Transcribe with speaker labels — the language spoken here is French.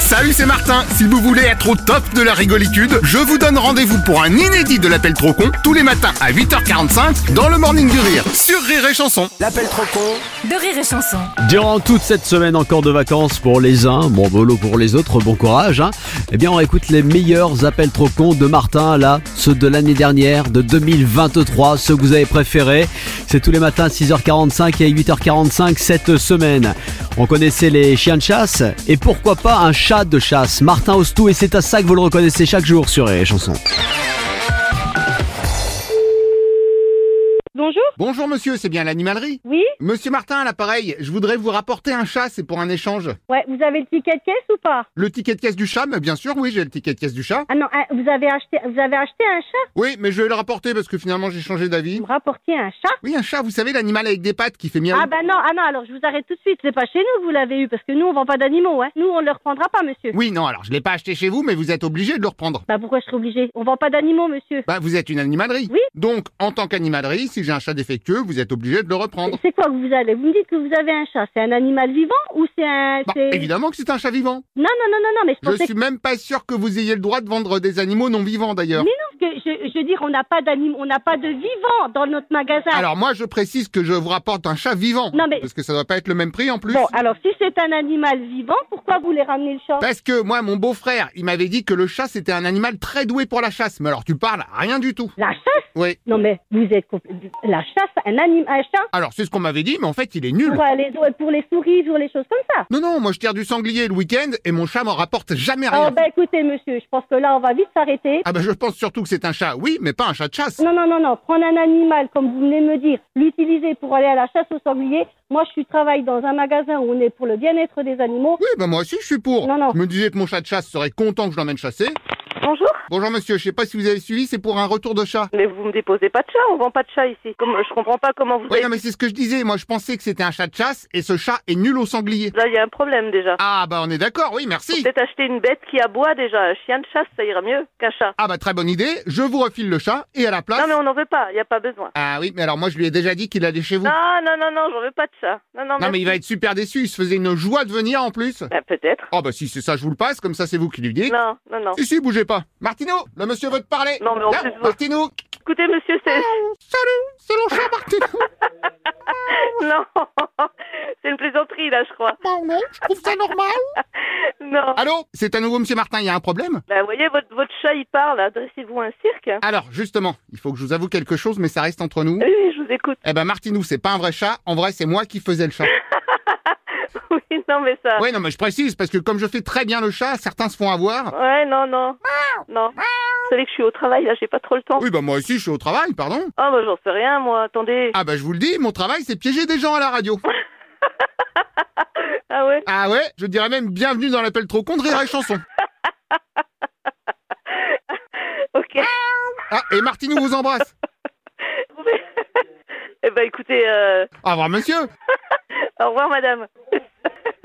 Speaker 1: Salut, c'est Martin. Si vous voulez être au top de la rigolitude, je vous donne rendez-vous pour un inédit de l'appel trop con tous les matins à 8h45 dans le Morning du Rire sur Rire et Chanson.
Speaker 2: L'appel trop con
Speaker 3: de rire et chanson.
Speaker 4: Durant toute cette semaine encore de vacances pour les uns, hein. bon bolo pour les autres, bon courage. Hein. Eh bien, on écoute les meilleurs appels trop cons de Martin, là, ceux de l'année dernière, de 2023, ceux que vous avez préférés. C'est tous les matins 6h45 et 8h45 cette semaine. On connaissait les chiens de chasse et pourquoi pas un chat de chasse. Martin Ostou et c'est à ça que vous le reconnaissez chaque jour sur les chansons.
Speaker 5: Bonjour
Speaker 1: Bonjour monsieur, c'est bien l'animalerie
Speaker 5: Oui
Speaker 1: Monsieur Martin à l'appareil, je voudrais vous rapporter un chat, c'est pour un échange.
Speaker 5: Ouais, vous avez le ticket de caisse ou pas
Speaker 1: Le ticket de caisse du chat, mais bien sûr, oui, j'ai le ticket de caisse du chat.
Speaker 5: Ah non, ah, vous avez acheté vous avez acheté un chat
Speaker 1: Oui, mais je vais le rapporter parce que finalement j'ai changé d'avis.
Speaker 5: Vous me rapportiez un chat
Speaker 1: Oui, un chat, vous savez, l'animal avec des pattes qui fait miaou.
Speaker 5: Ah bah non, ah non, alors je vous arrête tout de suite, c'est pas chez nous que vous l'avez eu parce que nous on vend pas d'animaux hein. Nous on le reprendra pas monsieur.
Speaker 1: Oui, non, alors je l'ai pas acheté chez vous, mais vous êtes obligé de le reprendre.
Speaker 5: Bah pourquoi je serais obligée On vend pas d'animaux monsieur.
Speaker 1: Bah, vous êtes une animalerie.
Speaker 5: Oui.
Speaker 1: Donc, en tant qu'animalerie, si j'ai un chat défectueux, vous êtes obligé de le reprendre.
Speaker 5: C'est quoi que vous allez Vous me dites que vous avez un chat, c'est un animal vivant ou c'est un
Speaker 1: Bah,
Speaker 5: c'est-
Speaker 1: évidemment que c'est un chat vivant.
Speaker 5: Non non non non non, mais je
Speaker 1: Je
Speaker 5: pensais
Speaker 1: suis même pas sûr que vous ayez le droit de vendre des animaux non vivants d'ailleurs.
Speaker 5: que je, je veux dire on n'a pas d'animaux, on n'a pas de vivants dans notre magasin.
Speaker 1: Alors moi, je précise que je vous rapporte un chat vivant.
Speaker 5: Non, mais-
Speaker 1: Parce que ça doit pas être le même prix en plus.
Speaker 5: Bon, alors si c'est un animal vivant, pourquoi vous voulez ramener le chat
Speaker 1: Parce que moi, mon beau-frère, il m'avait dit que le chat c'était un animal très doué pour la chasse. Mais alors tu parles rien du tout.
Speaker 5: La chasse
Speaker 1: Oui.
Speaker 5: Non mais vous êtes compl- la chasse, un anim, un chat
Speaker 1: Alors c'est ce qu'on m'avait dit, mais en fait il est nul.
Speaker 5: pour euh, les pour les souris, pour les choses comme ça.
Speaker 1: Non, non, moi je tire du sanglier le week-end et mon chat m'en rapporte jamais rien.
Speaker 5: Oh ben écoutez monsieur, je pense que là on va vite s'arrêter.
Speaker 1: Ah bah je pense surtout que c'est un chat, oui, mais pas un chat de chasse.
Speaker 5: Non non non non, prendre un animal comme vous venez de me dire, l'utiliser pour aller à la chasse au sanglier. Moi je suis travaille dans un magasin où on est pour le bien-être des animaux.
Speaker 1: Oui, bah moi aussi je suis pour.
Speaker 5: Non, non.
Speaker 1: Je me disais que mon chat de chasse serait content que je l'emmène chasser.
Speaker 6: Bonjour.
Speaker 1: Bonjour monsieur, je sais pas si vous avez suivi, c'est pour un retour de chat.
Speaker 6: Mais vous me déposez pas de chat, on vend pas de chat ici. Comme, je comprends pas comment vous
Speaker 1: Oui,
Speaker 6: avez...
Speaker 1: non mais c'est ce que je disais, moi je pensais que c'était un chat de chasse et ce chat est nul au sanglier.
Speaker 6: Là, il y a un problème déjà.
Speaker 1: Ah bah on est d'accord, oui, merci.
Speaker 6: Peut-être acheter une bête qui aboie déjà. Un chien de chasse, ça ira mieux qu'un chat.
Speaker 1: Ah bah très bonne idée, je vous refile le chat et à la place...
Speaker 6: Non, mais on n'en veut pas, il n'y a pas besoin.
Speaker 1: Ah oui, mais alors moi je lui ai déjà dit qu'il allait chez Ah, vous.
Speaker 6: Non, non, non, non, j'en veux pas de chat. Non, non,
Speaker 1: Non, mais
Speaker 6: merci.
Speaker 1: il va être super déçu, il se faisait une joie de venir en plus.
Speaker 6: Ben, peut-être.
Speaker 1: Oh bah si c'est ça, je vous le passe, comme ça c'est vous qui lui dites.
Speaker 6: Non, non, non.
Speaker 1: Si, si, bougez pas. Martino, le monsieur veut te parler.
Speaker 6: Non, mais en
Speaker 1: Là,
Speaker 6: plus, vous-
Speaker 1: Martino,
Speaker 6: Écoutez, monsieur, c'est...
Speaker 1: Ah, salut, c'est le chat Martino.
Speaker 6: Non, c'est une plaisanterie, là, je crois.
Speaker 1: Bon, non, je trouve ça normal.
Speaker 6: Non.
Speaker 1: Allô, c'est à nouveau monsieur Martin, il y a un problème
Speaker 6: Ben, voyez, votre, votre chat, il parle. Adressez-vous à un cirque. hein.
Speaker 1: Alors, justement, il faut que je vous avoue quelque chose, mais ça reste entre nous.
Speaker 6: Oui, oui, je vous écoute.
Speaker 1: Eh ben Martinou, c'est pas un vrai chat, en vrai c'est moi qui faisais le chat.
Speaker 6: Oui, non, mais ça...
Speaker 1: Ouais, non mais je précise, parce que comme je fais très bien le chat, certains se font avoir.
Speaker 6: Ouais, non, non. Non. Vous savez que je suis au travail, là, j'ai pas trop le temps.
Speaker 1: Oui, bah moi aussi je suis au travail, pardon.
Speaker 6: Ah, bah, j'en sais rien, moi. Attendez.
Speaker 1: Ah bah je vous le dis, mon travail c'est piéger des gens à la radio.
Speaker 6: Ah ouais
Speaker 1: Ah ouais, je dirais même bienvenue dans l'appel trop con de rire et chanson.
Speaker 6: Ok.
Speaker 1: Ah, et Martinou vous embrasse.
Speaker 6: eh ben écoutez, euh,
Speaker 1: Au revoir monsieur.
Speaker 6: au revoir madame.